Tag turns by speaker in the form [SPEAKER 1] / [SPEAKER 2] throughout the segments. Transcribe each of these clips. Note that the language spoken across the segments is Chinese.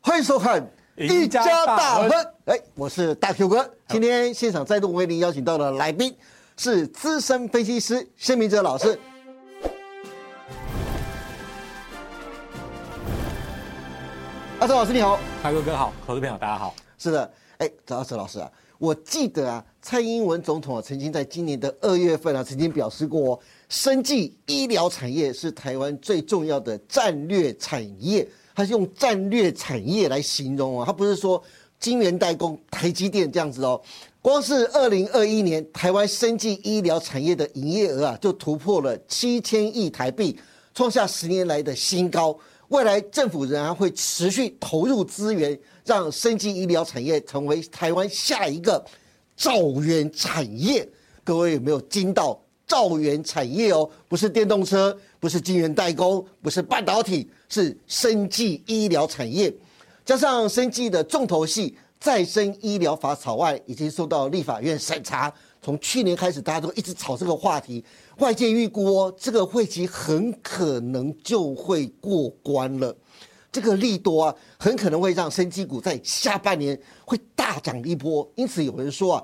[SPEAKER 1] 欢迎收看《
[SPEAKER 2] 赢家大亨》。
[SPEAKER 1] 哎，我是大 Q 哥，今天现场再度为您邀请到的来宾是资深分析师谢明哲老师。阿哲老师你好，
[SPEAKER 2] 大哥哥好，投资朋友大家好。
[SPEAKER 1] 是的，哎，阿哲老师啊，我记得啊，蔡英文总统啊曾经在今年的二月份啊，曾经表示过、哦，生技医疗产业是台湾最重要的战略产业，他是用战略产业来形容哦，他不是说晶圆代工、台积电这样子哦。光是二零二一年，台湾生技医疗产业的营业额啊，就突破了七千亿台币，创下十年来的新高。未来政府仍然会持续投入资源，让生技医疗产业成为台湾下一个兆元产业。各位有没有惊到兆元产业哦？不是电动车，不是晶圆代工，不是半导体，是生技医疗产业。加上生技的重头戏再生医疗法草案已经受到立法院审查，从去年开始大家都一直炒这个话题，外界预估哦，这个会期很可能就会过关了。这个利多啊，很可能会让生技股在下半年会大涨一波。因此有人说啊，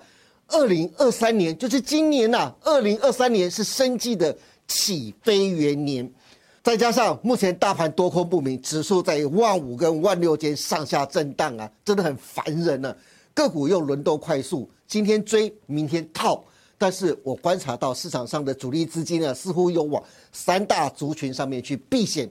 [SPEAKER 1] 二零二三年就是今年呐、啊，二零二三年是生技的起飞元年。再加上目前大盘多空不明，指数在万五跟万六间上下震荡啊，真的很烦人呢、个股又轮动快速，今天追，明天套。但是我观察到市场上的主力资金呢，似乎有往三大族群上面去避险。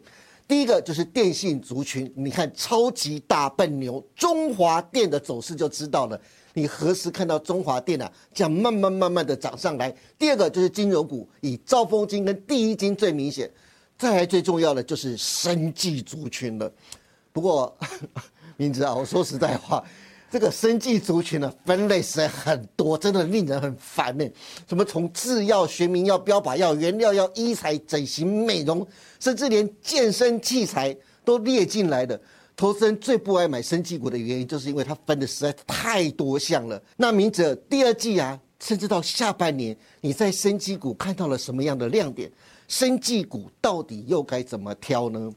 [SPEAKER 1] 第一个就是电信族群，你看超级大笨牛中华电的走势就知道了。你何时看到中华电啊，这样慢慢慢慢的涨上来？第二个就是金融股，以兆丰金跟第一金最明显。再来最重要的就是生计族群了。不过， 明哲啊，我说实在话，这个生计族群呢、分类实在很多，真的令人很烦呢。什么从制药、学名药、标靶药、原料药、医材、整形、美容，甚至连健身器材都列进来的。投资人最不爱买生技股的原因，就是因为它分的实在太多项了。那明哲第二季啊，甚至到下半年，你在生技股看到了什么样的亮点？生技股到底又该怎么挑呢？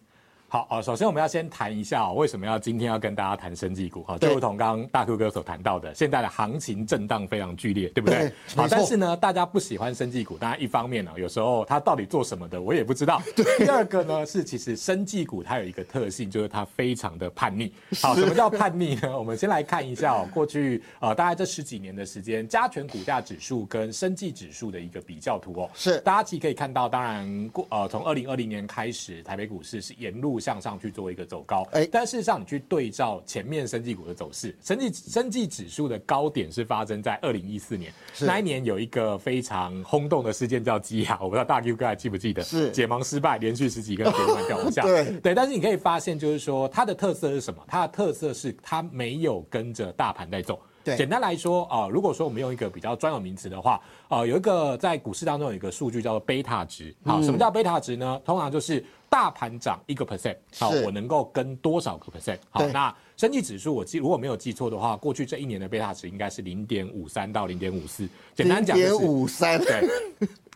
[SPEAKER 2] 好啊，首先我们要先谈一下、哦、为什么要今天要跟大家谈生技股哈，就
[SPEAKER 1] 对
[SPEAKER 2] 如同刚刚大 Q 哥所谈到的，现在的行情震荡非常剧烈，对不对
[SPEAKER 1] 对？ 没错
[SPEAKER 2] 好，但是呢，大家不喜欢生技股，当然一方面呢、有时候它到底做什么的我也不 知道。第二个呢是，其实生技股它有一个特性，就是它非常的 叛逆。好，什么叫叛逆呢？我们先来看一下、哦、过去呃大概这十几年的时间，加权股价指数跟生技指数的一个比较图哦。
[SPEAKER 1] 是
[SPEAKER 2] 大家其实可以看到，当然过呃，从二零二零年开始，台北股市是沿路向上去做一个走高。
[SPEAKER 1] 哎
[SPEAKER 2] 但事实上你去对照前面生技股的走势，生技生技指数的高点是发生在二零一四年，
[SPEAKER 1] 是
[SPEAKER 2] 那一年有一个非常轰动的事件叫基亚，我不知道大 Q 哥还记不记得？
[SPEAKER 1] 是
[SPEAKER 2] 解盲失败，连续 十几根跌停掉下
[SPEAKER 1] 对
[SPEAKER 2] 对，但是你可以发现，就是说它的特色是什么？它的特色是它没有跟着大盘在走。
[SPEAKER 1] 对
[SPEAKER 2] 简单来说啊、呃如果说我们用一个比较专有名词的话，呃，有一个在股市当中有一个数据叫做贝塔值。
[SPEAKER 1] 嗯
[SPEAKER 2] 好，什么叫贝塔值呢？通常就是大盘涨一个 percent，好，
[SPEAKER 1] 是
[SPEAKER 2] 我能够跟多少个 percent？好，
[SPEAKER 1] 对
[SPEAKER 2] 那生技指数我记如果没有记错的话，过去这一年的贝塔值应该是零点五三到零点五四。简单讲、就是，
[SPEAKER 1] 零点五三，
[SPEAKER 2] 对，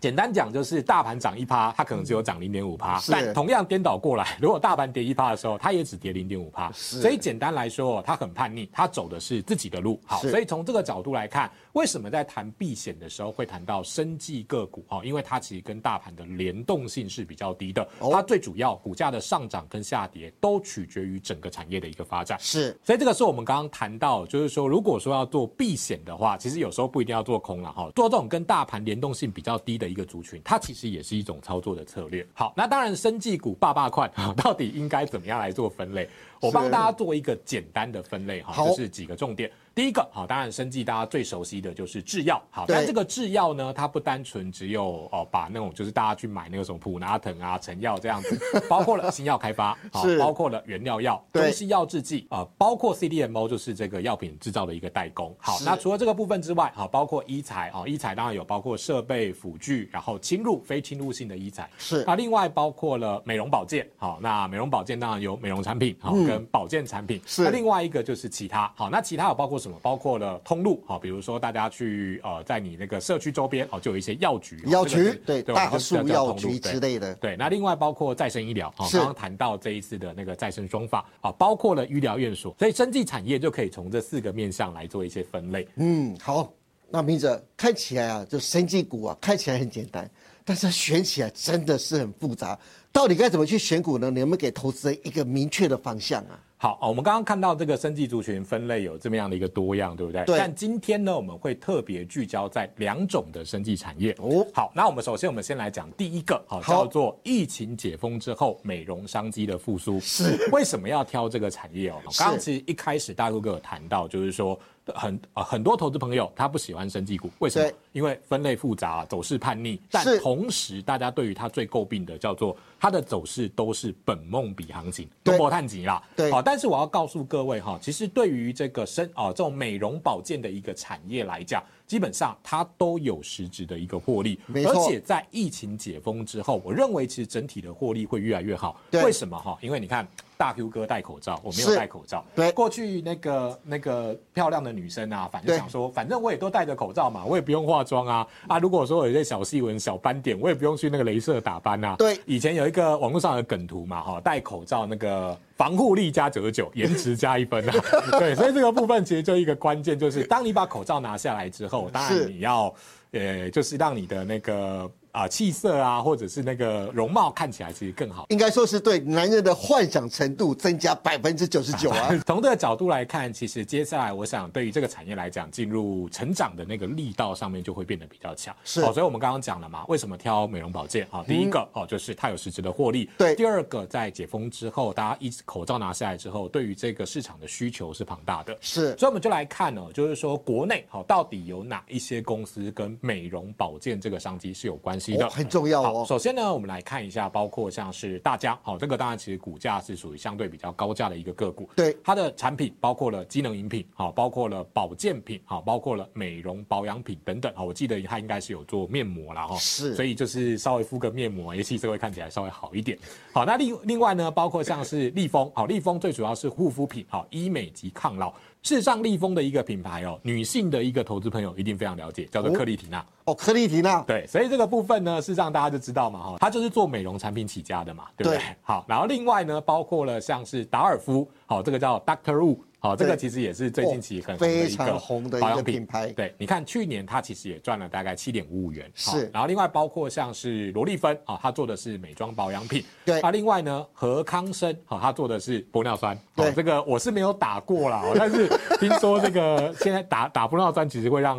[SPEAKER 2] 简单讲就是大盘涨一趴，它可能只有涨零点五趴，
[SPEAKER 1] 是
[SPEAKER 2] 但同样颠倒过来，如果大盘跌一趴的时候，它也只跌零点五趴。所以简单来说，它很叛逆，它走的是自己的路。好，
[SPEAKER 1] 是
[SPEAKER 2] 所以从这个角度来看，为什么在谈避险的时候会谈到生技个股？哦，因为它其实跟大盘的联动性是比较低的，
[SPEAKER 1] 哦
[SPEAKER 2] 它最主要股价的上涨跟下跌都取决于整个产业的一个发展。
[SPEAKER 1] 是
[SPEAKER 2] 所以这个是我们刚刚谈到，就是说，如果说要做避险的话，其实有时候不一定要做空了哈，做这种跟大盘联动性比较低的一个族群，它其实也是一种操作的策略。好，那当然，生技股爸爸快哈，到底应该怎么样来做分类？我帮大家做一个简单的分类
[SPEAKER 1] 好
[SPEAKER 2] 哈，就是几个重点。第一个好，当然生技大家最熟悉的就是制药好，
[SPEAKER 1] 对
[SPEAKER 2] 但这个制药呢，它不单纯只有哦把那种就是大家去买那个什么普拿疼啊、成药这样子，包括了新药开发，好
[SPEAKER 1] 是，
[SPEAKER 2] 包括了原料药、
[SPEAKER 1] 对
[SPEAKER 2] 中西药制剂啊、呃包括 CDMO 就是这个药品制造的一个代工。好
[SPEAKER 1] 是，
[SPEAKER 2] 那除了这个部分之外，好，包括医材啊、哦，医材当然有包括设备、辅具，然后侵入、非侵入性的医材，
[SPEAKER 1] 是
[SPEAKER 2] 那另外包括了美容保健，好，那美容保健当然有美容产品，好、跟保健产品，
[SPEAKER 1] 嗯是
[SPEAKER 2] 那另外一个就是其他，好，那其他有包括什么？什么？包括了通路，好，比如说大家去呃，在你那个社区周边哦，就有一些药局、
[SPEAKER 1] 药
[SPEAKER 2] 这个
[SPEAKER 1] 局
[SPEAKER 2] 是
[SPEAKER 1] 对
[SPEAKER 2] 对，
[SPEAKER 1] 大树药局
[SPEAKER 2] 之类。
[SPEAKER 1] 之类的，
[SPEAKER 2] 对，那另外包括再生医疗，好、
[SPEAKER 1] 是
[SPEAKER 2] 刚刚谈到这一次的那个再生双法，好、包括了医疗院所，所以生技产业就可以从这四个面向来做一些分类。
[SPEAKER 1] 嗯，好，那明哲看起来啊，就生技股啊，看起来很简单，但是它选起来真的是很复杂。到底该怎么去选股呢？你有没有给投资人一个明确的方向啊？
[SPEAKER 2] 好，哦我们刚刚看到这个生技族群分类有这么样的一个多样，对不对？
[SPEAKER 1] 对
[SPEAKER 2] 但今天呢，我们会特别聚焦在两种的生技产业。
[SPEAKER 1] 哦
[SPEAKER 2] 哦，好，那我们首先我们先来讲第一个，好，
[SPEAKER 1] 好
[SPEAKER 2] 叫做疫情解封之后美容商机的复苏。是，为什么要挑这个产业哦？
[SPEAKER 1] 是
[SPEAKER 2] 刚刚其实一开始大陆哥有谈到，就是说很呃很多投资朋友他不喜欢生技股，为什么
[SPEAKER 1] 对？
[SPEAKER 2] 因为分类复杂、走势叛逆，但
[SPEAKER 1] 是
[SPEAKER 2] 同时大家对于它最诟病的叫做它的走势都是本梦比行情，
[SPEAKER 1] 对
[SPEAKER 2] 都博探级啦。
[SPEAKER 1] 对
[SPEAKER 2] 好、但是我要告诉各位哈，其实对于这个生啊、这种美容保健的一个产业来讲，基本上它都有实质的一个获利，
[SPEAKER 1] 没错
[SPEAKER 2] 而且在疫情解封之后，我认为其实整体的获利会越来越好。
[SPEAKER 1] 对
[SPEAKER 2] 为什么哈？因为你看大 Q 哥戴口罩，我没有
[SPEAKER 1] 是
[SPEAKER 2] 戴口罩。
[SPEAKER 1] 对
[SPEAKER 2] 过去那个那个漂亮的女生啊，反正
[SPEAKER 1] 对
[SPEAKER 2] 想说，反正我也都戴着口罩嘛，我也不用化妆啊啊！如果说有一些小细纹、小斑点，我也不用去那个镭射打斑啊。
[SPEAKER 1] 对
[SPEAKER 2] 以前有一个网络上的梗图嘛，哈，戴口罩那个防护力加九十九，颜值加 一分啊。对，所以这个部分其实就一个关键，就是当你把口罩拿下来之后，当
[SPEAKER 1] 是
[SPEAKER 2] 然你要呃，就是让你的那个啊、气色啊，或者是那个容貌看起来其实更好。
[SPEAKER 1] 应该说是对男人的幻想程度增 加百分之九十九啊。
[SPEAKER 2] 从这个角度来看，其实接下来我想对于这个产业来讲，进入成长的那个力道上面就会变得比较强。
[SPEAKER 1] 是嗯
[SPEAKER 2] 哦，所以我们刚刚讲了嘛，为什么挑美容保健啊、哦第一个、哦，就是它有实质的获利。
[SPEAKER 1] 对
[SPEAKER 2] 第二个，在解封之后，大家一口罩拿下来之后，对于这个市场的需求是庞大的。
[SPEAKER 1] 是
[SPEAKER 2] 所以我们就来看哦，就是说国内好、到底有哪一些公司跟美容保健这个商机是有关系的？
[SPEAKER 1] 哦很重要
[SPEAKER 2] 好，
[SPEAKER 1] 哦。
[SPEAKER 2] 首先呢，我们来看一下，包括像是大家，好、这个当然其实股价是属于相对比较高价的一个个股，
[SPEAKER 1] 对
[SPEAKER 2] 它的产品包括了机能饮品，好、包括了保健品，好、包括了美容保养品等等，好、我记得它应该是有做面膜啦，哈、
[SPEAKER 1] 是
[SPEAKER 2] 所以就是稍微敷个面膜，也气色会看起来稍微好一点。好，那另另外呢，包括像是立丰，好，立丰最主要是护肤品，好，医美及抗老。事实上，立丰的一个品牌哦，女性的一个投资朋友一定非常了解，叫做
[SPEAKER 1] 哦
[SPEAKER 2] 克丽缇娜。
[SPEAKER 1] 哦，克丽缇娜，
[SPEAKER 2] 对，所以这个部分呢，是让大家就知道嘛，哈，它就是做美容产品起家的嘛，对不对？
[SPEAKER 1] 对
[SPEAKER 2] 好，然后另外呢，包括了像是达尔夫，好，这个叫 Doctor Wu，好，这
[SPEAKER 1] 对哦
[SPEAKER 2] 个其实也是最近期很红的一
[SPEAKER 1] 非
[SPEAKER 2] 个
[SPEAKER 1] 常红的一
[SPEAKER 2] 保
[SPEAKER 1] 个
[SPEAKER 2] 养
[SPEAKER 1] 品牌。
[SPEAKER 2] 对，你看去年它其实也赚了大概七点五五元，好
[SPEAKER 1] 是
[SPEAKER 2] 然后另外包括像是罗丽芬啊，它做的是美妆保养品，
[SPEAKER 1] 对
[SPEAKER 2] 啊，另外呢和康生啊，它做的是玻尿酸，
[SPEAKER 1] 对
[SPEAKER 2] 哦这个我是没有打过啦，哦但是听说这个现在打打玻尿酸其实会让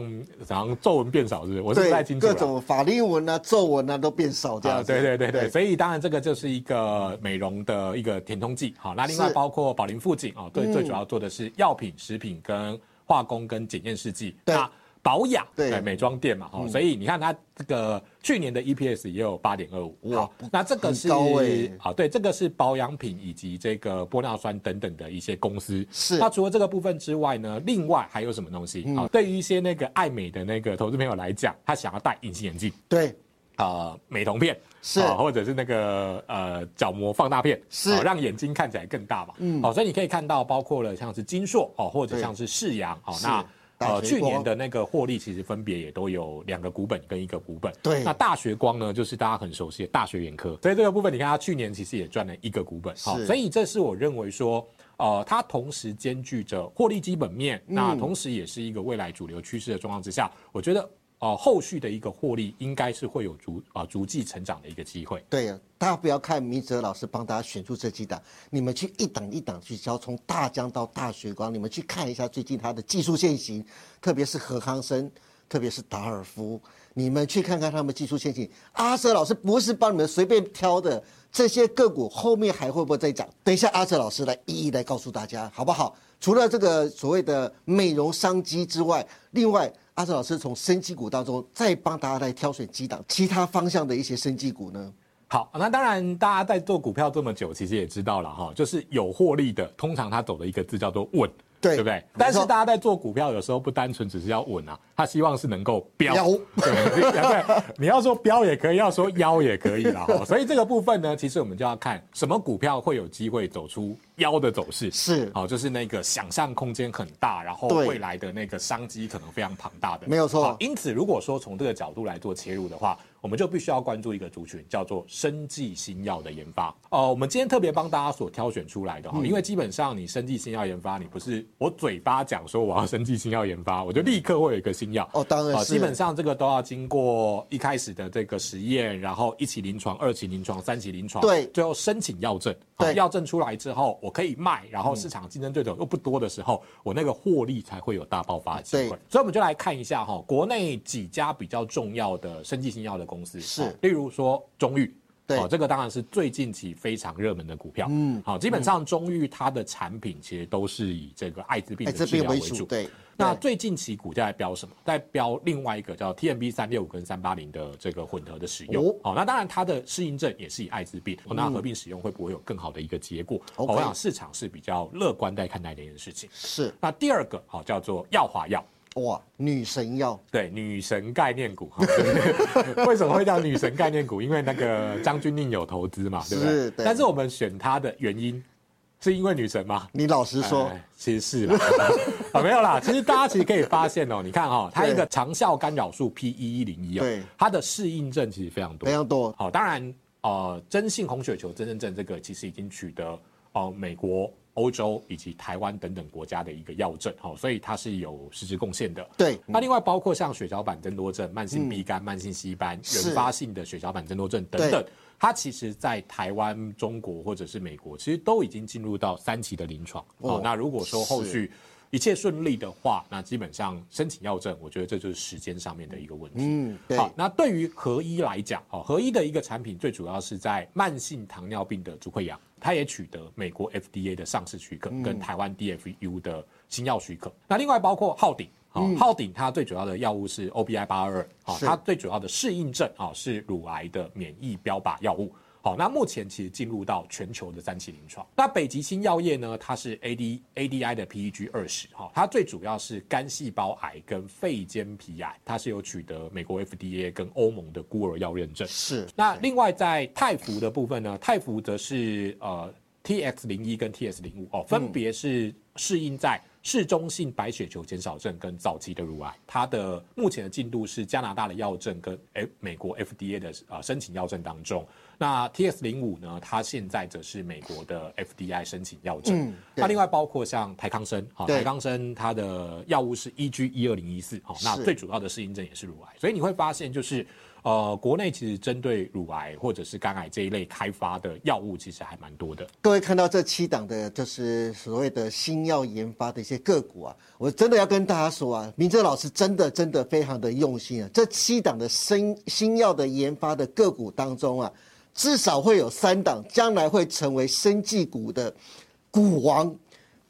[SPEAKER 2] 好像皱纹变少，是不是？我是不太清楚
[SPEAKER 1] 各
[SPEAKER 2] 啦。
[SPEAKER 1] 种法令纹啊、皱纹啊都变少这样
[SPEAKER 2] 啊，
[SPEAKER 1] 子。
[SPEAKER 2] 对对对对，所以当然这个就是一个美容的一个填充剂。好，那另外
[SPEAKER 1] 是
[SPEAKER 2] 包括宝林附近
[SPEAKER 1] 嗯
[SPEAKER 2] 啊，最、最主要做的是药品、食品跟化工跟检验试剂。
[SPEAKER 1] 对
[SPEAKER 2] 那保养
[SPEAKER 1] 对嗯
[SPEAKER 2] 美妆店嘛，哦，所以你看它这个去年的 EPS 也有八点二五，
[SPEAKER 1] 哇
[SPEAKER 2] 好，那这个是
[SPEAKER 1] 很高欸
[SPEAKER 2] 啊，对，这个是保养品以及这个玻尿酸等等的一些公司。
[SPEAKER 1] 是嗯
[SPEAKER 2] 那除了这个部分之外呢，另外还有什么东西？啊，对于一些那个爱美的那个投资朋友来讲，他想要戴隐形眼镜，
[SPEAKER 1] 对
[SPEAKER 2] 呃美瞳片，
[SPEAKER 1] 是
[SPEAKER 2] 啊或者是那个呃角膜放大片，
[SPEAKER 1] 是
[SPEAKER 2] 啊让眼睛看起来更大嘛。嗯，哦，所以你可以看到，包括了像是金硕哦，或者像是世阳哦，
[SPEAKER 1] 是
[SPEAKER 2] 那。
[SPEAKER 1] 大
[SPEAKER 2] 呃，
[SPEAKER 1] 学
[SPEAKER 2] 去
[SPEAKER 1] 光
[SPEAKER 2] 年的那个获利其实分别也都有两个股本跟一个股本。
[SPEAKER 1] 对
[SPEAKER 2] 那大学光呢，就是大家很熟悉的大学眼科，所以这个部分你看它去年其实也赚了一个股本。好
[SPEAKER 1] 是
[SPEAKER 2] 所以这是我认为说，呃，它同时兼具着获利基本面，那同时也是一个未来主流趋势的状况之下，我觉得呃后续的一个获利应该是会有逐啊、逐季成长的一个机会。
[SPEAKER 1] 对，大家不要看明哲老师帮大家选出这几档，你们去一档一档去挑，从大江到大学光，你们去看一下最近它的技术现行，特别是何康生，特别是达尔夫，你们去看看他们技术现行。阿哲老师不是帮你们随便挑的，这些个股后面还会不会再涨？等一下阿哲老师来一一来告诉大家，好不好？除了这个所谓的美容商机之外，另外阿哲老师从生机股当中再帮大家来挑选几档其他方向的一些生机股呢？
[SPEAKER 2] 好，那当然，大家在做股票这么久，其实也知道了哈，就是有获利的，通常它走的一个字叫做稳，
[SPEAKER 1] 对
[SPEAKER 2] 不对
[SPEAKER 1] 没错？
[SPEAKER 2] 但是大家在做股票有时候不单纯只是要稳啊，他希望是能够飙，
[SPEAKER 1] 飙
[SPEAKER 2] 对对，你要说飙也可以，要说腰也可以啦哈。所以这个部分呢，其实我们就要看什么股票会有机会走出腰的走势
[SPEAKER 1] 是
[SPEAKER 2] 好、就是那个想象空间很大，然后
[SPEAKER 1] 对
[SPEAKER 2] 未来的那个商机可能非常庞大的，
[SPEAKER 1] 没有错
[SPEAKER 2] 好因此，如果说从这个角度来做切入的话，我们就必须要关注一个族群，叫做生技新药的研发。哦，我们今天特别帮大家所挑选出来
[SPEAKER 1] 嗯
[SPEAKER 2] 的哈，因为基本上你生技新药研发，你不是我嘴巴讲说我要生技新药研发，我就立刻会有一个新药
[SPEAKER 1] 嗯哦当然
[SPEAKER 2] 好
[SPEAKER 1] 是
[SPEAKER 2] 基本上这个都要经过一开始的这个实验，然后一期临床、二期临床、三期临床，
[SPEAKER 1] 对
[SPEAKER 2] 最后申请药证。好
[SPEAKER 1] 对嗯
[SPEAKER 2] 药证出来之后，我可以卖，然后市场竞争对手又不多的时候，我那个获利才会有大爆发的机会。
[SPEAKER 1] 对
[SPEAKER 2] 所以我们就来看一下哈、国内几家比较重要的生技新药的公司，
[SPEAKER 1] 是
[SPEAKER 2] 哦例如说中裕。
[SPEAKER 1] 对
[SPEAKER 2] 哦，这个当然是最近期非常热门的股票。嗯，好，基本上中裕它的产品其实都是以这个艾滋病
[SPEAKER 1] 哎，
[SPEAKER 2] 的
[SPEAKER 1] 这
[SPEAKER 2] 治
[SPEAKER 1] 边
[SPEAKER 2] 疗为
[SPEAKER 1] 为
[SPEAKER 2] 主
[SPEAKER 1] 主，。对，
[SPEAKER 2] 那
[SPEAKER 1] 对
[SPEAKER 2] 最近期股价在标什么？在标另外一个叫 TMB 三六五跟三八零的这个混合的使用。
[SPEAKER 1] 哦
[SPEAKER 2] 哦，那当然它的适应症也是以艾滋病，哦那合并使用会不会有更好的一个结果？哦
[SPEAKER 1] OK
[SPEAKER 2] 我想市场是比较乐观在看待这件事情。
[SPEAKER 1] 是
[SPEAKER 2] 那第二个好、叫做耀华药。
[SPEAKER 1] 哇，女神药
[SPEAKER 2] 对女神概念股，哈对 为什么会叫女神概念股？因为那个张钧甯有投资嘛，对不对？
[SPEAKER 1] 是对
[SPEAKER 2] 但是我们选它的原因，是因为女神吗？
[SPEAKER 1] 你老实说，
[SPEAKER 2] 哎其实是啦， 啊没有啦，其实大家其实可以发现哦， 你看哈、它一个长效干扰素 P 一一零一哦
[SPEAKER 1] 对，
[SPEAKER 2] 它的适应症其实非常多
[SPEAKER 1] 非，常多，
[SPEAKER 2] 好、当然，呃，真性红血球增生症这个其实已经取得呃美国、欧洲以及台湾等等国家的一个药证，哦好、所以它是有实质贡献的。
[SPEAKER 1] 对
[SPEAKER 2] 那另外包括像血小板增多症、慢性 B 肝、慢性 C 斑、
[SPEAKER 1] 嗯是
[SPEAKER 2] 原发性的血小板增多症等等
[SPEAKER 1] 对。
[SPEAKER 2] 它其实，在台湾、中国或者是美国，其实都已经进入到三期的临床。哦
[SPEAKER 1] 哦
[SPEAKER 2] 那如果说后
[SPEAKER 1] 是
[SPEAKER 2] 续一切顺利的话，那基本上申请药证，我觉得这就是时间上面的一个问题。
[SPEAKER 1] 嗯，对，
[SPEAKER 2] 好，那对于合一来讲，哦，合一的一个产品最主要是在慢性糖尿病的足溃疡，它也取得美国 FDA 的上市许可
[SPEAKER 1] 嗯
[SPEAKER 2] 跟台湾 DFU 的新药许可。那另外包括浩鼎，哦，浩鼎它最主要的药物是 OBI 八二二，哦，
[SPEAKER 1] 嗯是
[SPEAKER 2] 它最主要的适应症啊、哦、是乳癌的免疫标靶药物。好，那目前其实进入到全球的三期临床。那北极星药业呢，它是 AD ADI 的 PEG 二十，哈，它最主要是肝细胞癌跟肺间皮癌，它是有取得美国 FDA 跟欧盟的孤儿药认证。
[SPEAKER 1] 是
[SPEAKER 2] 那另外在泰福的部分呢，泰福则是呃 TX 零一跟 TS 零五哦，
[SPEAKER 1] 嗯
[SPEAKER 2] 分别是适应在嗜中性白血球减少症跟早期的乳癌。它的目前的进度是加拿大的药证跟诶美国 FDA 的呃申请药证当中。那 TS 零五呢，它现在则是美国的 FDI 申请药证。
[SPEAKER 1] 嗯对
[SPEAKER 2] 那另外包括像台康生，好、
[SPEAKER 1] 对
[SPEAKER 2] 台康生它的药物是 EG 一二零一四，好，那
[SPEAKER 1] 是
[SPEAKER 2] 最主要的适应症也是乳癌，所以你会发现就是。呃，国内其实针对乳癌或者是肝癌这一类开发的药物，其实还蛮多的。
[SPEAKER 1] 各位看到这七档的，就是所谓的新药研发的一些个股啊，我真的要跟大家说啊，明哲老师真的真的非常的用心啊。这七档的新新药的研发的个股当中啊，至少会有三档将来会成为生技股的股王。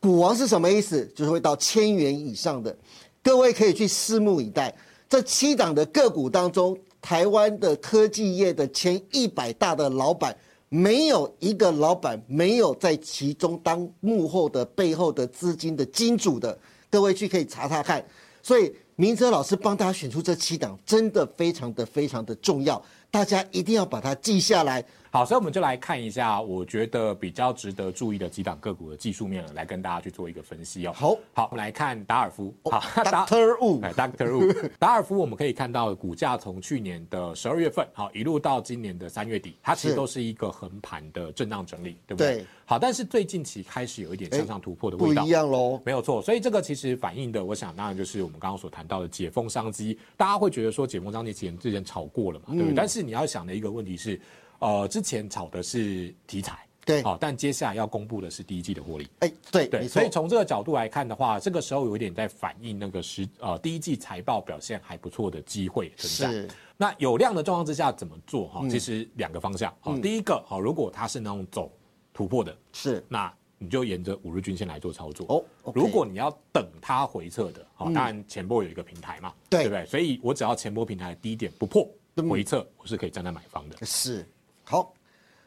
[SPEAKER 1] 股王是什么意思？就是会到千元以上的。各位可以去拭目以待。这七档的个股当中，台湾的科技业的前一百大的老板，没有一个老板没有在其中当幕后的背后的资金的金主的。各位去可以查查看。所以明哲老师帮大家选出这七档，真的非常的非常的重要，大家一定要把它记下来。
[SPEAKER 2] 好，所以我们就来看一下，我觉得比较值得注意的几档个股的技术面，来跟大家去做一个分析哦。
[SPEAKER 1] 好
[SPEAKER 2] 好，我们来看达尔夫。好，达
[SPEAKER 1] 哦 Doctor Wu
[SPEAKER 2] 哎，Doctor Wu，达尔夫我们可以看到股价从去年的十二月份，好一路到今年的三月底，它其实
[SPEAKER 1] 是
[SPEAKER 2] 都是一个横盘的震荡整理，对不对？
[SPEAKER 1] 对
[SPEAKER 2] 好，但是最近期开始有一点向上突破的
[SPEAKER 1] 不
[SPEAKER 2] 味道
[SPEAKER 1] 一。样喽，
[SPEAKER 2] 没有错，所以这个其实反映的，我想当然就是我们刚刚所谈到的解封商机。大家会觉得说解封商机前之前炒过了
[SPEAKER 1] 嗯
[SPEAKER 2] 嘛，对不对？但是你要想的一个问题是，呃，之前炒的是题材，
[SPEAKER 1] 对
[SPEAKER 2] 好、但接下来要公布的是第一季的获利。
[SPEAKER 1] 哎，对，
[SPEAKER 2] 对，
[SPEAKER 1] 没
[SPEAKER 2] 所
[SPEAKER 1] 错
[SPEAKER 2] 以，从这个角度来看的话，这个时候有一点在反映那个时呃第一季财报表现还不错的机会存在
[SPEAKER 1] 是。嗯
[SPEAKER 2] 那有量的状况之下怎么做哈？其实两个方向，好、第一个好、如果它是那种走突破的，
[SPEAKER 1] 是
[SPEAKER 2] 那你就沿着五日均线来做操作。
[SPEAKER 1] 哦，OK 嗯
[SPEAKER 2] 如果你要等它回撤的，好、当然前波有一个平台嘛，
[SPEAKER 1] 对嗯
[SPEAKER 2] 不对？所以我只要前波平台的低点不破回撤，我是可以站在买方的。
[SPEAKER 1] 是好，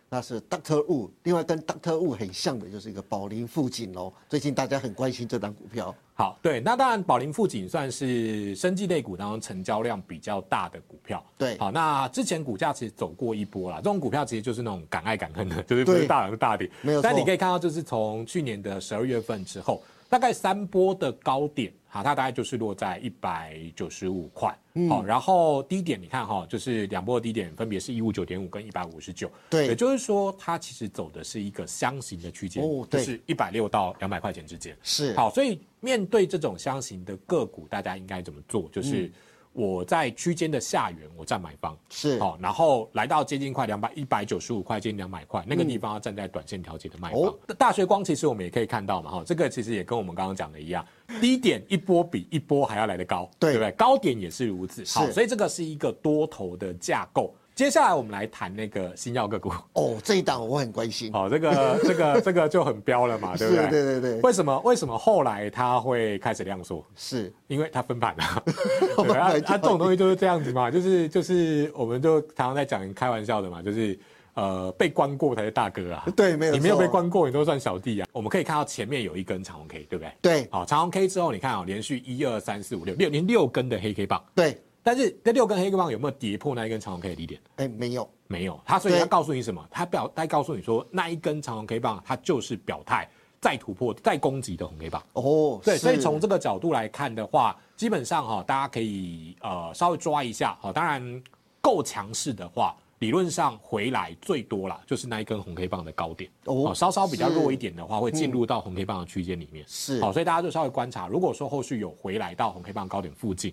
[SPEAKER 1] 那是 Doctor 哦 Wu，另外跟 Doctor Wu 很像的就是一个宝林富锦喽，最近大家很关心这档股票，
[SPEAKER 2] 好，对，那当然，宝林富锦算是生技类股当中成交量比较大的股票。
[SPEAKER 1] 对
[SPEAKER 2] 好，那之前股价其实走过一波啦，这种股票其实就是那种敢爱敢恨的，就是不是
[SPEAKER 1] 对
[SPEAKER 2] 大涨就大跌。
[SPEAKER 1] 没有错
[SPEAKER 2] 但你可以看到，就是从去年的十二月份之后，大概三波的高点，好，它大概就是落在一百九十五块。
[SPEAKER 1] 嗯
[SPEAKER 2] 好，然后低点你看哈、就是两波的低点分别是一五九点五跟一百五十九。
[SPEAKER 1] 对
[SPEAKER 2] 也就是说它其实走的是一个箱型的区间，
[SPEAKER 1] 哦
[SPEAKER 2] 就
[SPEAKER 1] 对
[SPEAKER 2] 是一百六到两百块钱之间。
[SPEAKER 1] 是
[SPEAKER 2] 好，所以面对这种箱型的个股，大家应该怎么做？
[SPEAKER 1] 嗯
[SPEAKER 2] 就是我在区间的下缘，我站买方。
[SPEAKER 1] 是
[SPEAKER 2] 好，然后来到接近快两百一百九十五块，接近两百块那个地方，要站在短线调节的卖方。
[SPEAKER 1] 嗯哦
[SPEAKER 2] 大学光其实我们也可以看到嘛，哈，这个其实也跟我们刚刚讲的一样，低点一波比一波还要来得高，
[SPEAKER 1] 对
[SPEAKER 2] 不对？高点也是如此。好，
[SPEAKER 1] 是
[SPEAKER 2] 所以这个是一个多头的架构。接下来我们来谈那个新药个股。
[SPEAKER 1] 哦，这一档我很关心。
[SPEAKER 2] 好，这个这个这个就很标了嘛，对不对？
[SPEAKER 1] 是对对对
[SPEAKER 2] 为什么为什么后来它会开始量缩？
[SPEAKER 1] 是
[SPEAKER 2] 因为它分盘了， 对啊，它、
[SPEAKER 1] 就
[SPEAKER 2] 这种东西就是这样子嘛，就是就是我们就常常在讲开玩笑的嘛，就是呃被关过才是大哥啊，
[SPEAKER 1] 对没有
[SPEAKER 2] 你没有
[SPEAKER 1] 错
[SPEAKER 2] 被关过，你都算小弟啊。我们可以看到前面有一根长红 K，对不对？
[SPEAKER 1] 对
[SPEAKER 2] 好，长红 K 之后，你看哦，连续一二三四五六六连六根的黑 K 棒，
[SPEAKER 1] 对，
[SPEAKER 2] 但是那六根黑 K 棒有没有跌破那一根长红 K 的低点？
[SPEAKER 1] 哎，没有，
[SPEAKER 2] 没有，他所以他
[SPEAKER 1] 对
[SPEAKER 2] 告诉你什么？他表他告诉你说那一根长红 K 棒，它就是表态再突破再攻击的红 K 棒。
[SPEAKER 1] 哦，
[SPEAKER 2] 对，
[SPEAKER 1] 是
[SPEAKER 2] 所以从这个角度来看的话，基本上哈、大家可以呃稍微抓一下哈、当然够强势的话，理论上回来最多啦，就是那一根红 K 棒的高点
[SPEAKER 1] 哦
[SPEAKER 2] 稍稍比较
[SPEAKER 1] 是嗯
[SPEAKER 2] 弱一点的话，会进入到红 K 棒的区间里面。
[SPEAKER 1] 是
[SPEAKER 2] 好、所以大家就稍微观察，如果说后续有回来到红 K 棒高点附近，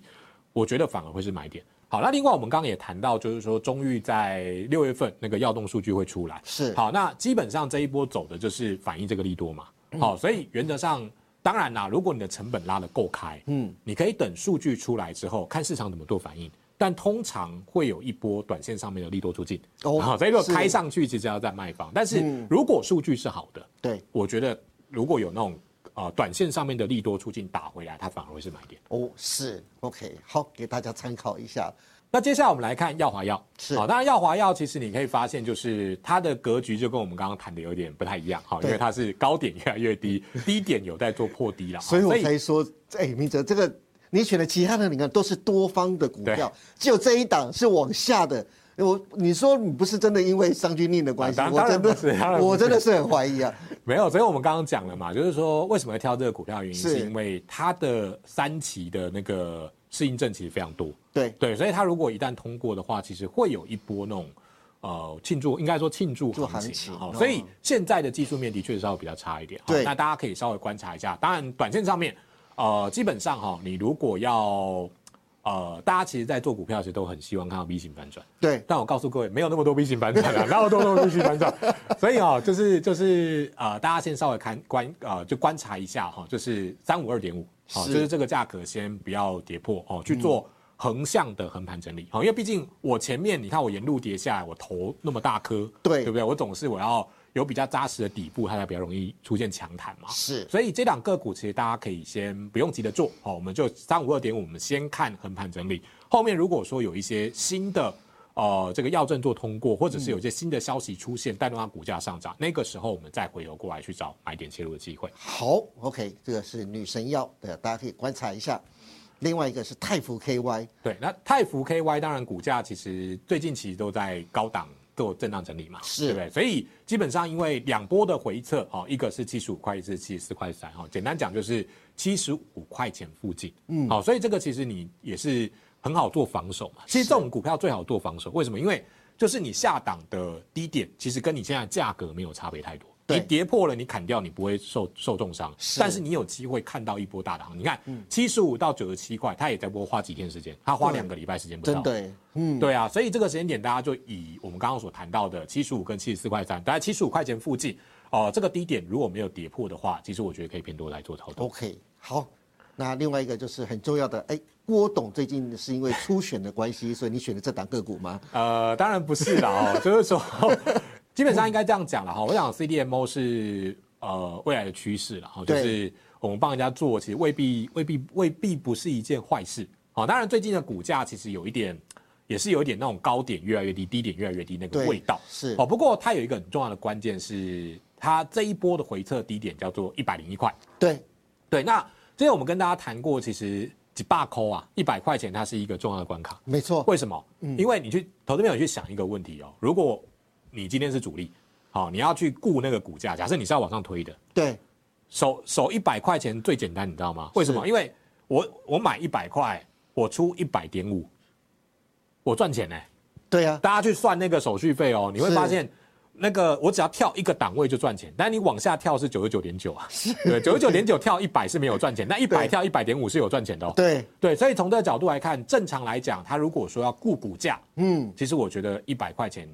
[SPEAKER 2] 我觉得反而会是买点。好，那另外我们刚刚也谈到，就是说中裕在六月份那个药动数据会出来，
[SPEAKER 1] 是
[SPEAKER 2] 好，那基本上这一波走的就是反映这个利多嘛。
[SPEAKER 1] 嗯
[SPEAKER 2] 好，所以原则上，当然啦，如果你的成本拉得够开，嗯，你可以等数据出来之后，看市场怎么做反应。但通常会有一波短线上面的利多出尽，
[SPEAKER 1] 哦
[SPEAKER 2] 好，所以如果
[SPEAKER 1] 是嗯
[SPEAKER 2] 开上去，其实要在卖方。但是如果数据是好的，
[SPEAKER 1] 对，
[SPEAKER 2] 我觉得如果有那种呃短线上面的利多出尽打回来，它反而会是买点。
[SPEAKER 1] 哦，是 OK，好，给大家参考一下。
[SPEAKER 2] 那接下来我们来看耀华药，
[SPEAKER 1] 是
[SPEAKER 2] 好，当然耀华药其实你可以发现，就是它的格局就跟我们刚刚谈的有点不太一样，哈，因
[SPEAKER 1] 对
[SPEAKER 2] 为它是高点越来越低， 低点有在做破低了，哈
[SPEAKER 1] 所以我才说，哎，明哲，这个你选的其他的，你看都是多方的股票，只有这一档是往下的。我你说你不是真的因为商君令的关系，
[SPEAKER 2] 啊当
[SPEAKER 1] 我
[SPEAKER 2] 当
[SPEAKER 1] 真
[SPEAKER 2] 然
[SPEAKER 1] 的
[SPEAKER 2] 不是当然不是
[SPEAKER 1] 我真的是很怀疑啊。
[SPEAKER 2] 没有，所以我们刚刚讲了嘛，就是说为什么要挑这个股票的原因，
[SPEAKER 1] 是
[SPEAKER 2] 是因为它的三期的那个适应症其实非常多，
[SPEAKER 1] 对，
[SPEAKER 2] 对，所以它如果一旦通过的话，其实会有一波那种呃庆祝，应该说庆祝
[SPEAKER 1] 祝行
[SPEAKER 2] 行情
[SPEAKER 1] 情
[SPEAKER 2] 啊。好
[SPEAKER 1] 哦
[SPEAKER 2] 所以现在的技术面的确稍微比较差一点。好
[SPEAKER 1] 对
[SPEAKER 2] 那大家可以稍微观察一下。当然，短线上面，呃，基本上哈、你如果要呃，大家其实在做股票其实都很希望看到 V 型反转。
[SPEAKER 1] 对，
[SPEAKER 2] 但我告诉各位，没有那么多 B 型反转啊，哪有那么多 B 型反转？所以啊、就是就是呃，大家先稍微看观呃，就观察一下哈、就是三五二点五，好，
[SPEAKER 1] 是
[SPEAKER 2] 就是这个价格先不要跌破哦，去做横向的横盘整理，好、因为毕竟我前面你看我沿路跌下来，我头那么大颗，
[SPEAKER 1] 对
[SPEAKER 2] 对不对？我总是我要有比较扎实的底部，它才比较容易出现强弹嘛。
[SPEAKER 1] 是
[SPEAKER 2] 所以这两个股其实大家可以先不用急着做，好，我们就三五二点五，我们先看横盘整理。后面如果说有一些新的呃这个要证做通过，或者是有一些新的消息出现，带动它股价上涨，那个时候我们再回头过来去找买点切入的机会。
[SPEAKER 1] 好，OK，这个是女神药的，大家可以观察一下。另外一个是泰福 KY，
[SPEAKER 2] 对，那泰福 KY 当然股价其实最近其实都在高档做震荡整理嘛，
[SPEAKER 1] 是
[SPEAKER 2] 对不对？所以基本上因为两波的回撤，哦，一个是七十五块，一个是七十四块三，哈，简单讲就是七十五块钱附近，嗯，好，所以这个其实你也是很好做防守嘛。其实这种股票最好做防守，为什么？因为就是你下档的低点，其实跟你现在价格没有差别太多。
[SPEAKER 1] 对
[SPEAKER 2] 你跌破了，你砍掉，你不会受受重伤，
[SPEAKER 1] 是
[SPEAKER 2] 但是你有机会看到一波大的行情。你看，
[SPEAKER 1] 嗯
[SPEAKER 2] 七十五到九十七块，它也在波花几天时间，它花
[SPEAKER 1] 对
[SPEAKER 2] 两个礼拜时间不到。
[SPEAKER 1] 真的耶，嗯，
[SPEAKER 2] 对啊，所以这个时间点大家就以我们刚刚所谈到的七十五跟七十四块三，大概七十五块钱附近，哦、这个低点如果没有跌破的话，其实我觉得可以偏多来做操作。
[SPEAKER 1] OK，好。那另外一个就是很重要的，哎，郭董最近是因为初选的关系，所以你选的这档个股吗？
[SPEAKER 2] 呃，当然不是啦，哦，就是说， 基本上应该这样讲了哈。我想 CDMO 是呃未来的趋势了哈，就
[SPEAKER 1] 对
[SPEAKER 2] 是我们帮人家做，其实未必未必未必不是一件坏事。好，当然最近的股价其实有一点，也是有一点那种高点越来越低，低点越来越低那个
[SPEAKER 1] 对
[SPEAKER 2] 味道。
[SPEAKER 1] 是
[SPEAKER 2] 哦，不过它有一个很重要的关键是，它这一波的回撤低点叫做一百零一块。
[SPEAKER 1] 对，
[SPEAKER 2] 对，那之前我们跟大家谈过，其实几把扣啊，一百块钱它是一个重要的关卡。
[SPEAKER 1] 没错，
[SPEAKER 2] 为什么？因为你去投资朋友去想一个问题哦，如果你今天是主力，好、你要去顾那个股价，假设你是要往上推的，
[SPEAKER 1] 对，
[SPEAKER 2] 守守一百块钱最简单，你知道吗？为什么？因为我我买一百块，我出一百点五，我赚钱呢、
[SPEAKER 1] 对啊，
[SPEAKER 2] 大家去算那个手续费哦，你会
[SPEAKER 1] 是
[SPEAKER 2] 发现。那个我只要跳一个档位就赚钱，但你往下跳是九十九点 九啊，对，九十九点九跳一百是没有赚钱，但一百
[SPEAKER 1] 对
[SPEAKER 2] 跳一百点五是有赚钱的哦。
[SPEAKER 1] 对，
[SPEAKER 2] 对，所以从这个角度来看，正常来讲，他如果说要顾股价，
[SPEAKER 1] 嗯，
[SPEAKER 2] 其实我觉得一百块钱，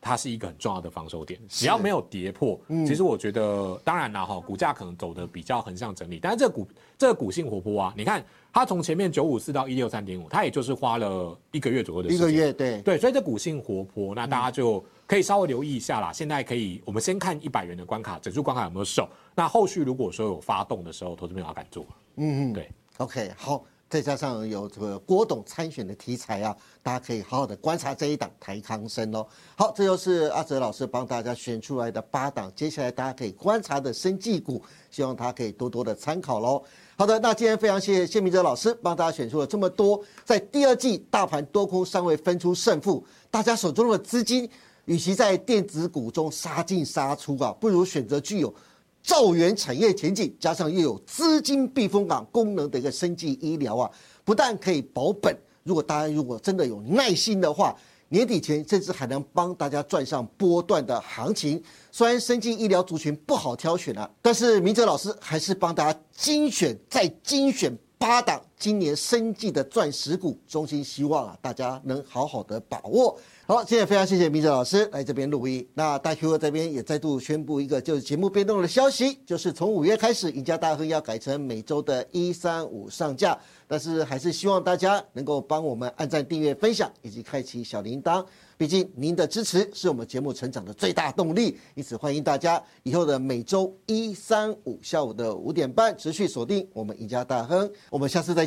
[SPEAKER 2] 它是一个很重要的防守点。只要没有跌破，
[SPEAKER 1] 嗯
[SPEAKER 2] 其实我觉得，当然啦哈，股价可能走的比较横向整理，但是这个股这个股性活泼啊，你看它从前面九五四到一六三点五，它也就是花了一个月左右的时
[SPEAKER 1] 一
[SPEAKER 2] 间。
[SPEAKER 1] 个月，对，
[SPEAKER 2] 对，所以这股性活泼，那大家就可以稍微留意一下
[SPEAKER 1] 嗯
[SPEAKER 2] 啦。现在可以，我们先看一百元的关卡，整数关卡有没有守？那后续如果说有发动的时候，投资朋友要敢做。嗯嗯，对。
[SPEAKER 1] OK，好，再加上有这个郭董参选的题材啊，大家可以好好的观察这一档台康生哦。好，这就是阿哲老师帮大家选出来的八档，接下来大家可以观察的生技股，希望他可以多多的参考喽。好的，那今天非常谢谢谢明哲老师帮大家选出了这么多，在第二季大盘多空尚未分出胜负，大家手中的资金，与其在电子股中杀进杀出啊，不如选择具有兆元产业前景，加上又有资金避风港功能的一个生技医疗啊，不但可以保本，如果大家如果真的有耐心的话，年底前甚至还能帮大家赚上波段的行情。虽然生技医疗族群不好挑选啊，但是明哲老师还是帮大家精选再精选八档今年生计的钻石股，衷心希望啊大家能好好的把握。好，今天也非常谢谢明哲老师来这边录音。那大 Q 这边也再度宣布一个就是节目变动的消息，就是从五月开始，赢家大亨要改成每周的一三五上架，但是还是希望大家能够帮我们按赞、订阅、分享以及开启小铃铛。毕竟您的支持是我们节目成长的最大动力，因此欢迎大家以后的每周一、三、五下午的五点半持续锁定我们赢家大亨。我们下次再